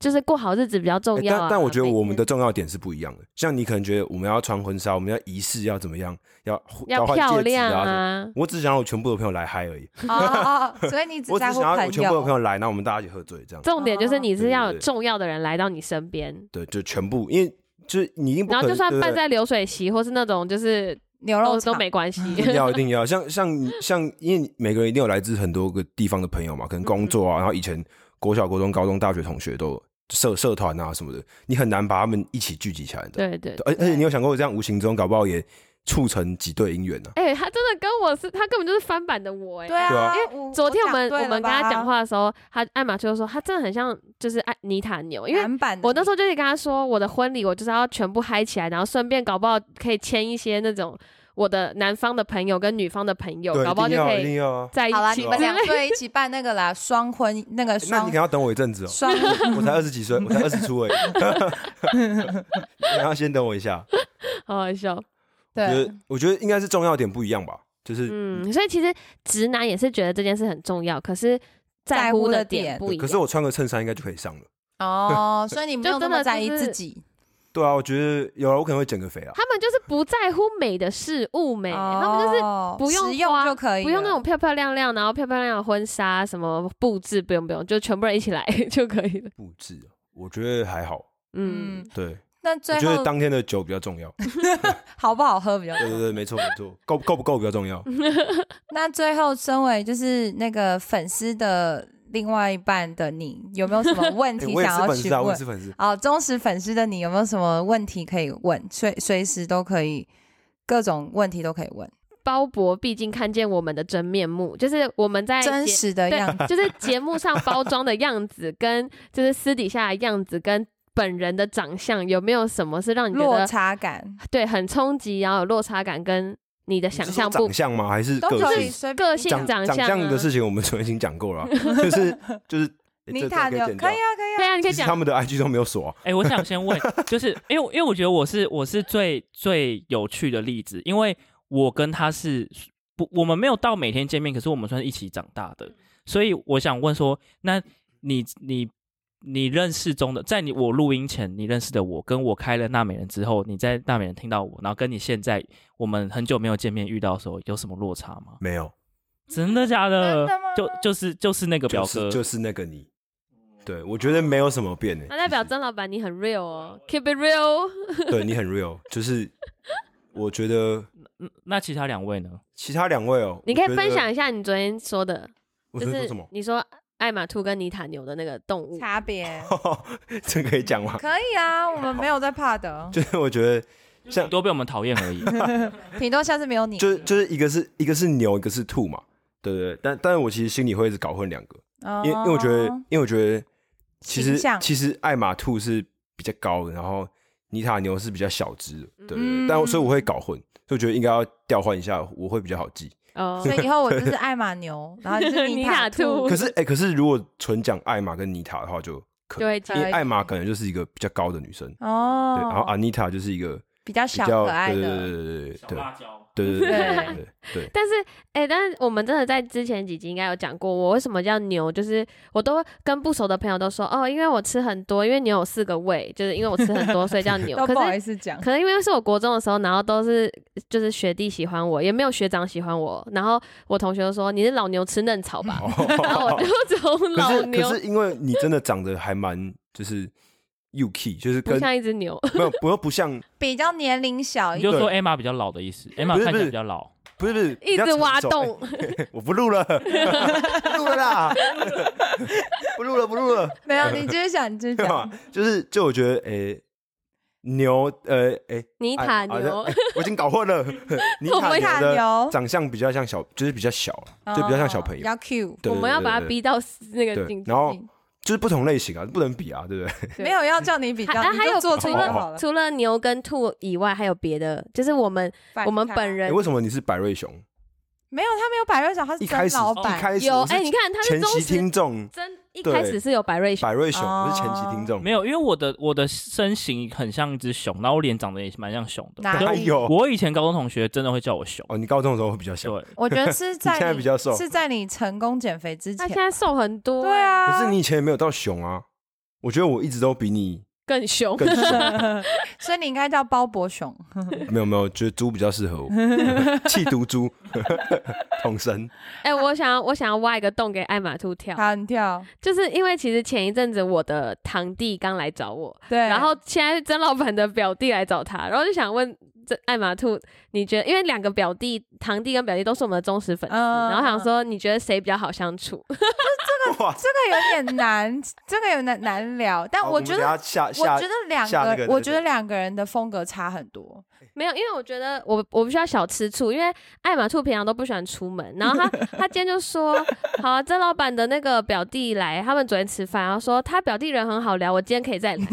Speaker 2: 就是过好日子比较重
Speaker 4: 欸
Speaker 2: 要、啊
Speaker 4: 但但我觉得
Speaker 2: 每
Speaker 4: 我们
Speaker 2: 天
Speaker 4: 的重要点是不一样的。像你可能觉得我们要穿婚纱，我们要仪式要怎么样，要
Speaker 2: 要
Speaker 4: 换
Speaker 2: 漂
Speaker 4: 戒指
Speaker 2: 亮
Speaker 4: 啊什么。
Speaker 2: 啊，
Speaker 4: 我只想要我全部的朋友来嗨而已，
Speaker 1: 哦，哦所以你只
Speaker 4: 我只
Speaker 1: 在乎
Speaker 4: 想要我
Speaker 1: 朋
Speaker 4: 全部的朋
Speaker 1: 友。
Speaker 4: 友来，然后我们大家一起喝醉这样。
Speaker 2: 重点就是你是要
Speaker 4: 对
Speaker 2: 有
Speaker 4: 对对
Speaker 2: 重要的人来到你身边，
Speaker 4: 对，就全部，因为就是你一定不
Speaker 2: 然
Speaker 4: 可
Speaker 2: 后
Speaker 4: 能，
Speaker 2: 就算
Speaker 4: 对不
Speaker 2: 办
Speaker 4: 对
Speaker 2: 在流水席或是那种就是
Speaker 1: 牛肉
Speaker 2: 都都
Speaker 1: 场
Speaker 2: 没关系，
Speaker 4: 一定要一定要，像像像，因为你每个人一定有来自很多个地方的朋友嘛，可能工作
Speaker 1: 嗯
Speaker 4: 啊，然后以前国小、国中、高中、大学同学都有社社团啊什么的，你很难把他们一起聚集起来的。
Speaker 2: 对对
Speaker 4: 对，而而且你有想过，这样无形中搞不好也促成几对姻缘啊呢？
Speaker 2: 哎、他真的跟我是，他根本就是翻版的我哎、
Speaker 1: 对啊，
Speaker 4: 对
Speaker 1: 因为
Speaker 2: 昨天我们我们跟他讲，话的时候，他艾玛就说他真的很像就是艾妮塔牛，因为
Speaker 1: 男版的
Speaker 2: 我那时候就是跟他说我的婚礼我就是要全部嗨起来，然后顺便搞不好可以签一些那种我的男方的朋友跟女方的朋友，
Speaker 4: 对，
Speaker 2: 搞不好
Speaker 4: 一定
Speaker 2: 就可
Speaker 4: 要一定
Speaker 2: 以
Speaker 4: 要啊！
Speaker 2: 在一
Speaker 1: 好啦，
Speaker 2: 起
Speaker 1: 你
Speaker 2: 之
Speaker 1: 们两
Speaker 2: 类。
Speaker 1: 队一起办那个啦，双婚那个
Speaker 4: 那你可
Speaker 1: 呃双
Speaker 4: 能要等我一阵子哦，
Speaker 1: 双
Speaker 4: 我才二十几岁，我才二十出 而已， 你要先等我一下。
Speaker 2: 好好笑，
Speaker 4: 我觉
Speaker 1: 对
Speaker 4: 得，我觉得应该是重要点不一样吧，就是。
Speaker 2: 嗯，所以其实直男也是觉得这件事很重要，可是在
Speaker 1: 在
Speaker 2: 乎
Speaker 1: 乎
Speaker 2: 的
Speaker 1: 的
Speaker 2: 点
Speaker 1: 点
Speaker 2: 不一
Speaker 4: 可
Speaker 2: 样
Speaker 4: 是。我穿个衬衫应该就可以上了。
Speaker 1: 哦，所以你没有那么在意自己，
Speaker 4: 对啊，我觉得有了，我可能会减个肥啊。
Speaker 2: 他们就是不在乎美的事物美，他们就是
Speaker 1: 是
Speaker 2: 不用
Speaker 1: 哦实用
Speaker 2: 花
Speaker 1: 就可以了，
Speaker 2: 不用那种漂漂亮亮，然后漂漂亮亮的婚纱什么布置，不用不用，就全部人一起来 就可以了。
Speaker 4: 布置，我觉得还好。
Speaker 2: 嗯，
Speaker 1: 嗯。
Speaker 4: 对，
Speaker 1: 那
Speaker 4: 我
Speaker 1: 最
Speaker 4: 觉得
Speaker 1: 后
Speaker 4: 当天的酒比较重要。
Speaker 1: 好不好喝比较
Speaker 4: 对对对，没错没错，够够不够比较重要。
Speaker 1: 那最后，身为就是那个粉丝的另外一半的 你，有没有什么问
Speaker 4: 哎
Speaker 1: 题
Speaker 4: 我也
Speaker 1: 想
Speaker 4: 是
Speaker 1: 要
Speaker 4: 粉
Speaker 1: 询
Speaker 4: 丝啊，我
Speaker 1: 问
Speaker 4: 也？是粉丝。
Speaker 1: 哦，忠实粉丝的你有没有什么问题可以问？随随时都可以，各种问题都可以问，
Speaker 2: 鲍勃毕竟看见我们的真面目，就是我们在
Speaker 1: 真
Speaker 2: 节
Speaker 1: 实的
Speaker 2: 对
Speaker 1: 样子。
Speaker 2: 就是节目上包装的样子，跟就是私底下的样子，跟本人的长相有没有什么是让你觉
Speaker 1: 落
Speaker 2: 得
Speaker 1: 差感
Speaker 2: 对很冲击，然后有落差感，跟你的想
Speaker 4: 你是
Speaker 2: 象
Speaker 4: 说
Speaker 2: 不
Speaker 4: 长相吗？还是
Speaker 1: 都
Speaker 4: 个
Speaker 1: 可以
Speaker 4: 性？
Speaker 1: 随便
Speaker 2: 个性
Speaker 4: 长
Speaker 2: 长
Speaker 4: 相
Speaker 2: 相啊
Speaker 4: 的事情我们 昨天已经讲过了 啊，就是就是。哎
Speaker 1: 你
Speaker 4: 这
Speaker 1: 塔
Speaker 4: 段
Speaker 1: 的
Speaker 4: 可以剪
Speaker 1: 可
Speaker 4: 掉
Speaker 1: 以啊，可以啊。
Speaker 2: 对啊，你可以
Speaker 4: 其实
Speaker 2: 讲
Speaker 4: 他们的 IG 都没有锁啊，
Speaker 3: 哎、我想先问，就是因为因为我觉得我是我是最最有趣的例子，因为我跟他是不，我们没有到每天见面，可是我们算是一起长大
Speaker 1: 嗯
Speaker 3: 的，所以我想问说，那你你你认识中的，在你我录音前你认识的我，跟我开了纳美人之后，你在纳美人听到我，然后跟你现在我们很久没有见面遇到的时候，有什么落差吗？
Speaker 4: 没有，
Speaker 3: 真的假的？
Speaker 1: 嗯真的吗
Speaker 3: 就就是就是那个表
Speaker 4: 就
Speaker 3: 哥，
Speaker 4: 是就是那个你。对，我觉得没有什么 变欸诶。
Speaker 2: 那代表
Speaker 4: 其实
Speaker 2: 曾老板你很 real 哦，keep it real。
Speaker 4: 对你很 real，就是我觉得
Speaker 3: 嗯那其他两位呢？
Speaker 4: 其他两位哦，
Speaker 2: 你可以
Speaker 4: 我觉得
Speaker 2: 分享一下你昨天说的，
Speaker 4: 我
Speaker 2: 就
Speaker 4: 昨天
Speaker 2: 是
Speaker 4: 说什么？
Speaker 2: 你说艾玛兔跟尼塔牛的那个动物，
Speaker 1: 差别
Speaker 4: 这可以讲吗？
Speaker 1: 可以啊，我们没有在怕 的。
Speaker 4: 就是我觉得像
Speaker 3: 都被我们讨厌而 已。
Speaker 1: 品多下次没有你，
Speaker 4: 就是就是一个是一个是牛，一个是兔嘛，对对对。但但是我其实心里会一直搞混两个，
Speaker 1: 因
Speaker 4: 因为因为我觉得，因为我觉得其实
Speaker 1: 哦形象
Speaker 4: 其实爱马兔是比较高的，然后尼塔牛是比较小只的，对对
Speaker 1: 嗯
Speaker 4: 对。但所以我会搞混，所以我觉得应该要调换一下，我会比较好记。
Speaker 2: 哦
Speaker 1: 所以以后我就是爱马牛，然后就是
Speaker 2: 妮
Speaker 1: 妮
Speaker 2: 塔
Speaker 1: 塔
Speaker 2: 兔
Speaker 1: 兔
Speaker 4: 可，是哎、可是如果纯讲爱马跟尼塔的话，就可
Speaker 2: 就
Speaker 4: 以，
Speaker 2: 会
Speaker 4: 因
Speaker 1: 可
Speaker 4: 为
Speaker 1: 以
Speaker 4: 爱马可能就是一个比较高的女生，
Speaker 1: 哦，
Speaker 4: 对，然后安妮塔就是一个
Speaker 1: 比较
Speaker 4: 比
Speaker 1: 小
Speaker 4: 较
Speaker 1: 可爱
Speaker 4: 对
Speaker 1: 的，
Speaker 4: 对对对对
Speaker 3: 椒。
Speaker 4: 对对对对对对 对。
Speaker 2: 但是，哎、但是我们真的在之前几集应该有讲过，我为什么叫牛，就是我都跟不熟的朋友都说，哦，因为我吃很多，因为牛有四个胃，就是因为我吃很多，所以叫牛。
Speaker 1: 都
Speaker 2: 可
Speaker 1: 不好
Speaker 2: 是，
Speaker 1: 意思讲。
Speaker 2: 可能因为是我国中的时候，然后都是就是学弟喜欢我，也没有学长喜欢我，然后我同学都说你是老牛吃嫩草吧，然后我就从
Speaker 4: 哦可
Speaker 2: 老
Speaker 4: 是
Speaker 2: 牛
Speaker 4: 可是因为你真的长得还蛮就是 U K，就是
Speaker 2: 不
Speaker 4: 跟
Speaker 2: 像一只牛，
Speaker 4: 没有不不像
Speaker 1: 比较年龄小
Speaker 3: 你
Speaker 1: 一
Speaker 3: 就
Speaker 1: 点，
Speaker 3: 说
Speaker 4: 对
Speaker 3: Emma 比较老的意思，Emma
Speaker 4: 不是
Speaker 3: 看起
Speaker 4: 不
Speaker 3: 来
Speaker 4: 是
Speaker 3: 比较老。
Speaker 4: 不是不是
Speaker 2: 一直挖，
Speaker 4: 比较成熟
Speaker 2: 洞。
Speaker 4: 哎我不录了， 不录了啦，不录了不 录了，
Speaker 1: 没有，你就是想就
Speaker 4: 对吧
Speaker 1: 讲，？
Speaker 4: 就是就我觉得诶、牛呃诶，
Speaker 2: 尼塔
Speaker 4: 哎
Speaker 2: 牛，
Speaker 4: 哎我已经搞 混了，尼
Speaker 2: 我
Speaker 4: 啊塔
Speaker 2: 们
Speaker 1: 妮塔
Speaker 4: 牛的
Speaker 1: 牛
Speaker 4: 长相比较像小，就是比较小，就比较像小朋
Speaker 1: 比
Speaker 4: 友，哦
Speaker 1: 较 Q，
Speaker 4: 对
Speaker 2: 我们要把它
Speaker 4: 对
Speaker 2: 逼到那个
Speaker 4: 对
Speaker 2: 境界
Speaker 4: 然。后就是不同类型啊，不能比啊，对不对？
Speaker 2: 对
Speaker 1: 没有要叫你比较，
Speaker 2: 还
Speaker 1: 你
Speaker 2: 还有哦
Speaker 1: 就做
Speaker 2: 除
Speaker 1: 出来好
Speaker 2: 了
Speaker 1: 了。
Speaker 2: 除了牛跟兔以外，还有别的，就是我们
Speaker 1: 反
Speaker 2: 我们
Speaker 1: 差
Speaker 2: 本人
Speaker 4: 哎，为什么你是百瑞熊？
Speaker 1: 没有，他没有百瑞小，他
Speaker 4: 一
Speaker 1: 是
Speaker 4: 开
Speaker 1: 真
Speaker 4: 始
Speaker 1: 老
Speaker 4: 一
Speaker 1: 板。
Speaker 4: 开始
Speaker 2: 有
Speaker 4: 我是
Speaker 2: 哎、你看他是
Speaker 4: 前
Speaker 2: 忠
Speaker 4: 期
Speaker 2: 实
Speaker 4: 听众
Speaker 2: 真一
Speaker 4: 对
Speaker 2: 开始是有百瑞熊
Speaker 4: 百瑞熊，我是前期
Speaker 1: 哦
Speaker 4: 听众
Speaker 3: 没，有，因为我的我的身形很像一只熊，然后我脸长得也蛮像熊的。
Speaker 1: 哪
Speaker 3: 所以
Speaker 4: 还
Speaker 1: 里
Speaker 4: 有
Speaker 3: 我以前高中同学真的会叫我熊，
Speaker 4: 哎哦，你高中的时候会比较小，
Speaker 3: 对，
Speaker 1: 我觉得是在
Speaker 4: 你现在
Speaker 1: 你
Speaker 4: 比较瘦
Speaker 1: 是在你成功减肥之
Speaker 2: 他
Speaker 1: 前
Speaker 2: 现。在瘦很多，
Speaker 1: 对，啊，
Speaker 4: 可是你以前也没有到熊啊，我觉得我一直都比你
Speaker 2: 更凶。
Speaker 4: 更熊，
Speaker 1: 所以你应该叫包伯 熊。
Speaker 4: 没有没有，觉得猪比较适 合我，气毒猪， 统神，
Speaker 2: 哎、我想要我想要挖一个洞给艾玛兔跳，
Speaker 1: 好，你跳。
Speaker 2: 就是因为其实前一阵子我的堂弟刚来找我，
Speaker 1: 对，
Speaker 2: 然后现在是曾老板的表弟来找他，然后就想问这艾玛兔，你觉得因为两个表弟堂弟跟表弟都是我们的忠实粉丝，
Speaker 1: 嗯
Speaker 2: 然后想说你觉得谁比较好相处？
Speaker 4: 哇，
Speaker 1: 这个有点难，这个有点难聊。但
Speaker 4: 好
Speaker 1: 我觉
Speaker 4: 们等
Speaker 1: 得，
Speaker 4: 一下下
Speaker 1: 我
Speaker 4: 下
Speaker 1: 觉得两
Speaker 4: 下那个
Speaker 1: 个，我觉
Speaker 4: 对
Speaker 1: 得
Speaker 4: 对
Speaker 1: 两个人的风格差很多。
Speaker 2: 没有，因为我觉得我我必须要小吃醋，因为艾玛兔平常都不喜欢出门，然 后他他今天就说，好、啊，曾老板的那个表弟来，他们昨天吃饭，然后说他表弟人很好聊，我今天可以再来。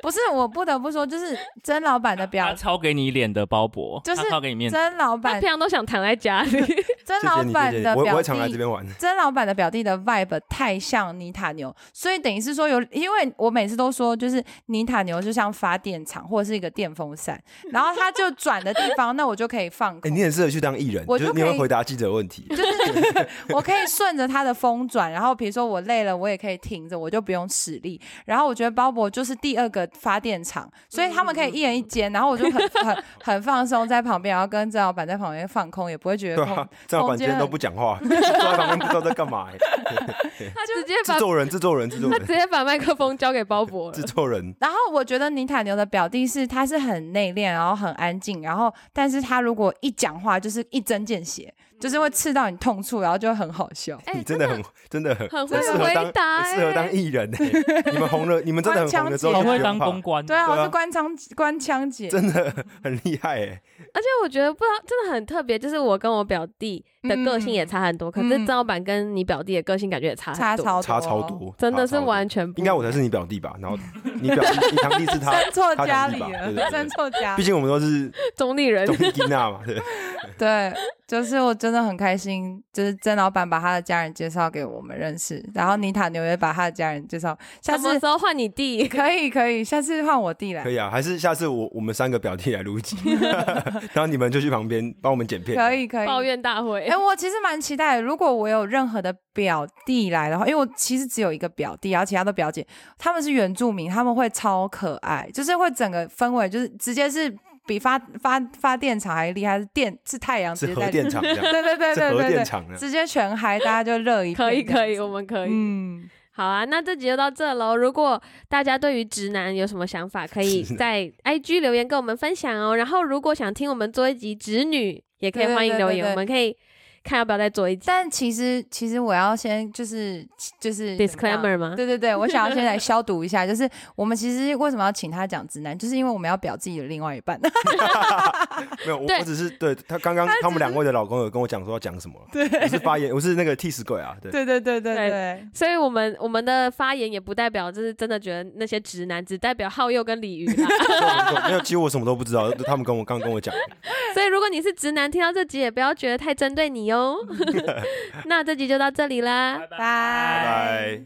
Speaker 1: 不是，我不得不说，就是曾老板的
Speaker 3: 他
Speaker 1: 表，
Speaker 3: 抄给你脸的包勃，
Speaker 1: 就是
Speaker 3: 他抄给你面子。
Speaker 1: 曾老
Speaker 2: 他
Speaker 1: 板
Speaker 2: 平，常都想躺在 家里，
Speaker 1: 曾
Speaker 4: 谢
Speaker 1: 老
Speaker 4: 谢你，
Speaker 1: 板
Speaker 4: 谢谢
Speaker 1: 的
Speaker 4: 你，我我
Speaker 1: 表
Speaker 4: 也常来这
Speaker 1: 弟。
Speaker 4: 边玩，
Speaker 1: 曾老板的表弟的 vibe 太像妮塔牛，所以等于是说有，因为我每次都说，就是妮塔牛就像发电厂或者是一个电风扇， 然后它就转的地方，那我就可以放
Speaker 4: 哎，
Speaker 1: 空
Speaker 4: 你。很适合去当艺人，
Speaker 1: 我
Speaker 4: 就是
Speaker 1: 就
Speaker 4: 你
Speaker 1: 可
Speaker 4: 会
Speaker 1: 以
Speaker 4: 回答记者问题，
Speaker 1: 我可以顺着它的风转，然后比如说我累了，我也可以停着，我就不用使力。然后我觉得鲍勃就是第二个发电厂，所以他们可以一人一间，然后我就很 很很放松在旁边，然后跟郑老板在旁边放空，也不会觉得
Speaker 4: 对
Speaker 1: 空。
Speaker 4: 啊， 这样
Speaker 1: 空
Speaker 4: 板今
Speaker 1: 间
Speaker 4: 天都
Speaker 1: 很
Speaker 4: 不讲话，坐在旁边不知道在干嘛，哎
Speaker 2: 他直接 把
Speaker 4: 制作人，制作人，制 作
Speaker 2: 他直
Speaker 4: 人，
Speaker 2: 接把麦克风交给鲍勃
Speaker 4: 制
Speaker 2: 了。
Speaker 4: 作人，
Speaker 1: 然后我觉得尼塔牛的表弟是他是很内敛，然后很安静，然后但是他如果一讲话就是一针见血，就是会刺到你痛处，然后就很好笑。
Speaker 2: 哎、
Speaker 4: 你真的很真的很
Speaker 2: 很会
Speaker 4: 很适合
Speaker 2: 回答
Speaker 4: 当很适合当
Speaker 2: 哎
Speaker 4: 艺人哎，你们红了，你们真的很红了之后
Speaker 1: 我觉
Speaker 3: 好
Speaker 4: 就不
Speaker 1: 得
Speaker 3: 会
Speaker 4: 用
Speaker 3: 当
Speaker 4: 怕
Speaker 3: 公关，
Speaker 1: 对啊，
Speaker 4: 对啊
Speaker 1: 我是官腔官腔姐，
Speaker 4: 真的很厉害哎，
Speaker 2: 而且我觉得不知道真的很特别，就是我跟我表弟的个性也差很多，可是
Speaker 1: 嗯
Speaker 2: 曾老板跟你表弟的个性感觉也差
Speaker 1: 差
Speaker 2: 很多，
Speaker 1: 超
Speaker 4: 差超
Speaker 1: 多，啊
Speaker 4: 多，
Speaker 2: 真的
Speaker 4: 差
Speaker 2: 是
Speaker 4: 超多
Speaker 2: 完全不
Speaker 4: 应该我才是你表弟吧？然后你表弟，你堂弟 是他，
Speaker 1: 生错
Speaker 4: 他
Speaker 1: 家
Speaker 4: 堂
Speaker 1: 里
Speaker 4: 弟吧对
Speaker 1: 了，
Speaker 4: 对对
Speaker 1: 生错家里
Speaker 4: 毕。 竟我们都是
Speaker 2: 中立人
Speaker 4: 东。吉娜嘛， 对。
Speaker 1: 对，就是我真的很开心，就是曾老板把他的家人介绍给我们认识，然后妮塔牛也把他的家人介绍，下
Speaker 2: 什么
Speaker 1: 次
Speaker 2: 时候换你弟？
Speaker 1: 可以可以，下次换我弟来
Speaker 4: 可，以啊，还是下次我我们三个表弟来录 一集，然后你们就去旁边帮我们剪片，
Speaker 1: 可以可以。
Speaker 2: 抱怨大会
Speaker 1: 哎、。我其实蛮期待的，如果我有任何的表弟来的话，因为我其实只有一个表弟，然后其他都表姐，他们是原住民，他们会超可爱，就是会整个氛围就是直接是比发发发电厂还厉害，是电是太阳直
Speaker 4: 是
Speaker 1: 接
Speaker 4: 核
Speaker 1: 在，
Speaker 4: 电厂这样，
Speaker 1: 对对 对
Speaker 4: 是
Speaker 1: 对
Speaker 4: 核
Speaker 1: 对
Speaker 4: 电
Speaker 1: 对，
Speaker 4: 厂呢。啊
Speaker 1: 直接全嗨，大家就热一片
Speaker 2: 可以
Speaker 1: 这样
Speaker 2: 可以，
Speaker 1: 子
Speaker 2: 我们可以。
Speaker 1: 嗯，
Speaker 2: 好啊，那这集就到这喽。如果大家对于直男有什么想法，可以
Speaker 4: 直 男
Speaker 2: 在 IG 留言跟我们分享哦。然后如果想听我们做一集直女，也可
Speaker 1: 对
Speaker 2: 以
Speaker 1: 对
Speaker 2: 欢迎
Speaker 1: 对
Speaker 2: 留
Speaker 1: 对
Speaker 2: 言，
Speaker 1: 对
Speaker 2: 我们可以看要不要再做一集。
Speaker 1: 但其实其实我要先就是就是怎么样
Speaker 2: disclaimer 吗？
Speaker 1: 对对对，我想要先来消毒一下，就是我们其实为什么要请他讲直男，就是因为我们要表自己的另外一半。
Speaker 4: 没有，我
Speaker 2: 对
Speaker 4: 我只是对他刚刚他们两位的老公有跟我讲说要讲什么，
Speaker 1: 对
Speaker 4: 我是发言，我是那个替死鬼啊，对，
Speaker 1: 对对对对
Speaker 2: 对
Speaker 1: 对，
Speaker 2: 所以我们我们的发言也不代表就是真的觉得那些直男，只代表浩佑跟鲤 鱼啦。
Speaker 4: 没错 没错没有，其实我什么都不知道，他们跟我刚跟我讲，
Speaker 2: 所以如果你是直男，听到这集也不要觉得 太针对你哦。那这集就到这里啦。
Speaker 1: 拜
Speaker 4: 拜拜。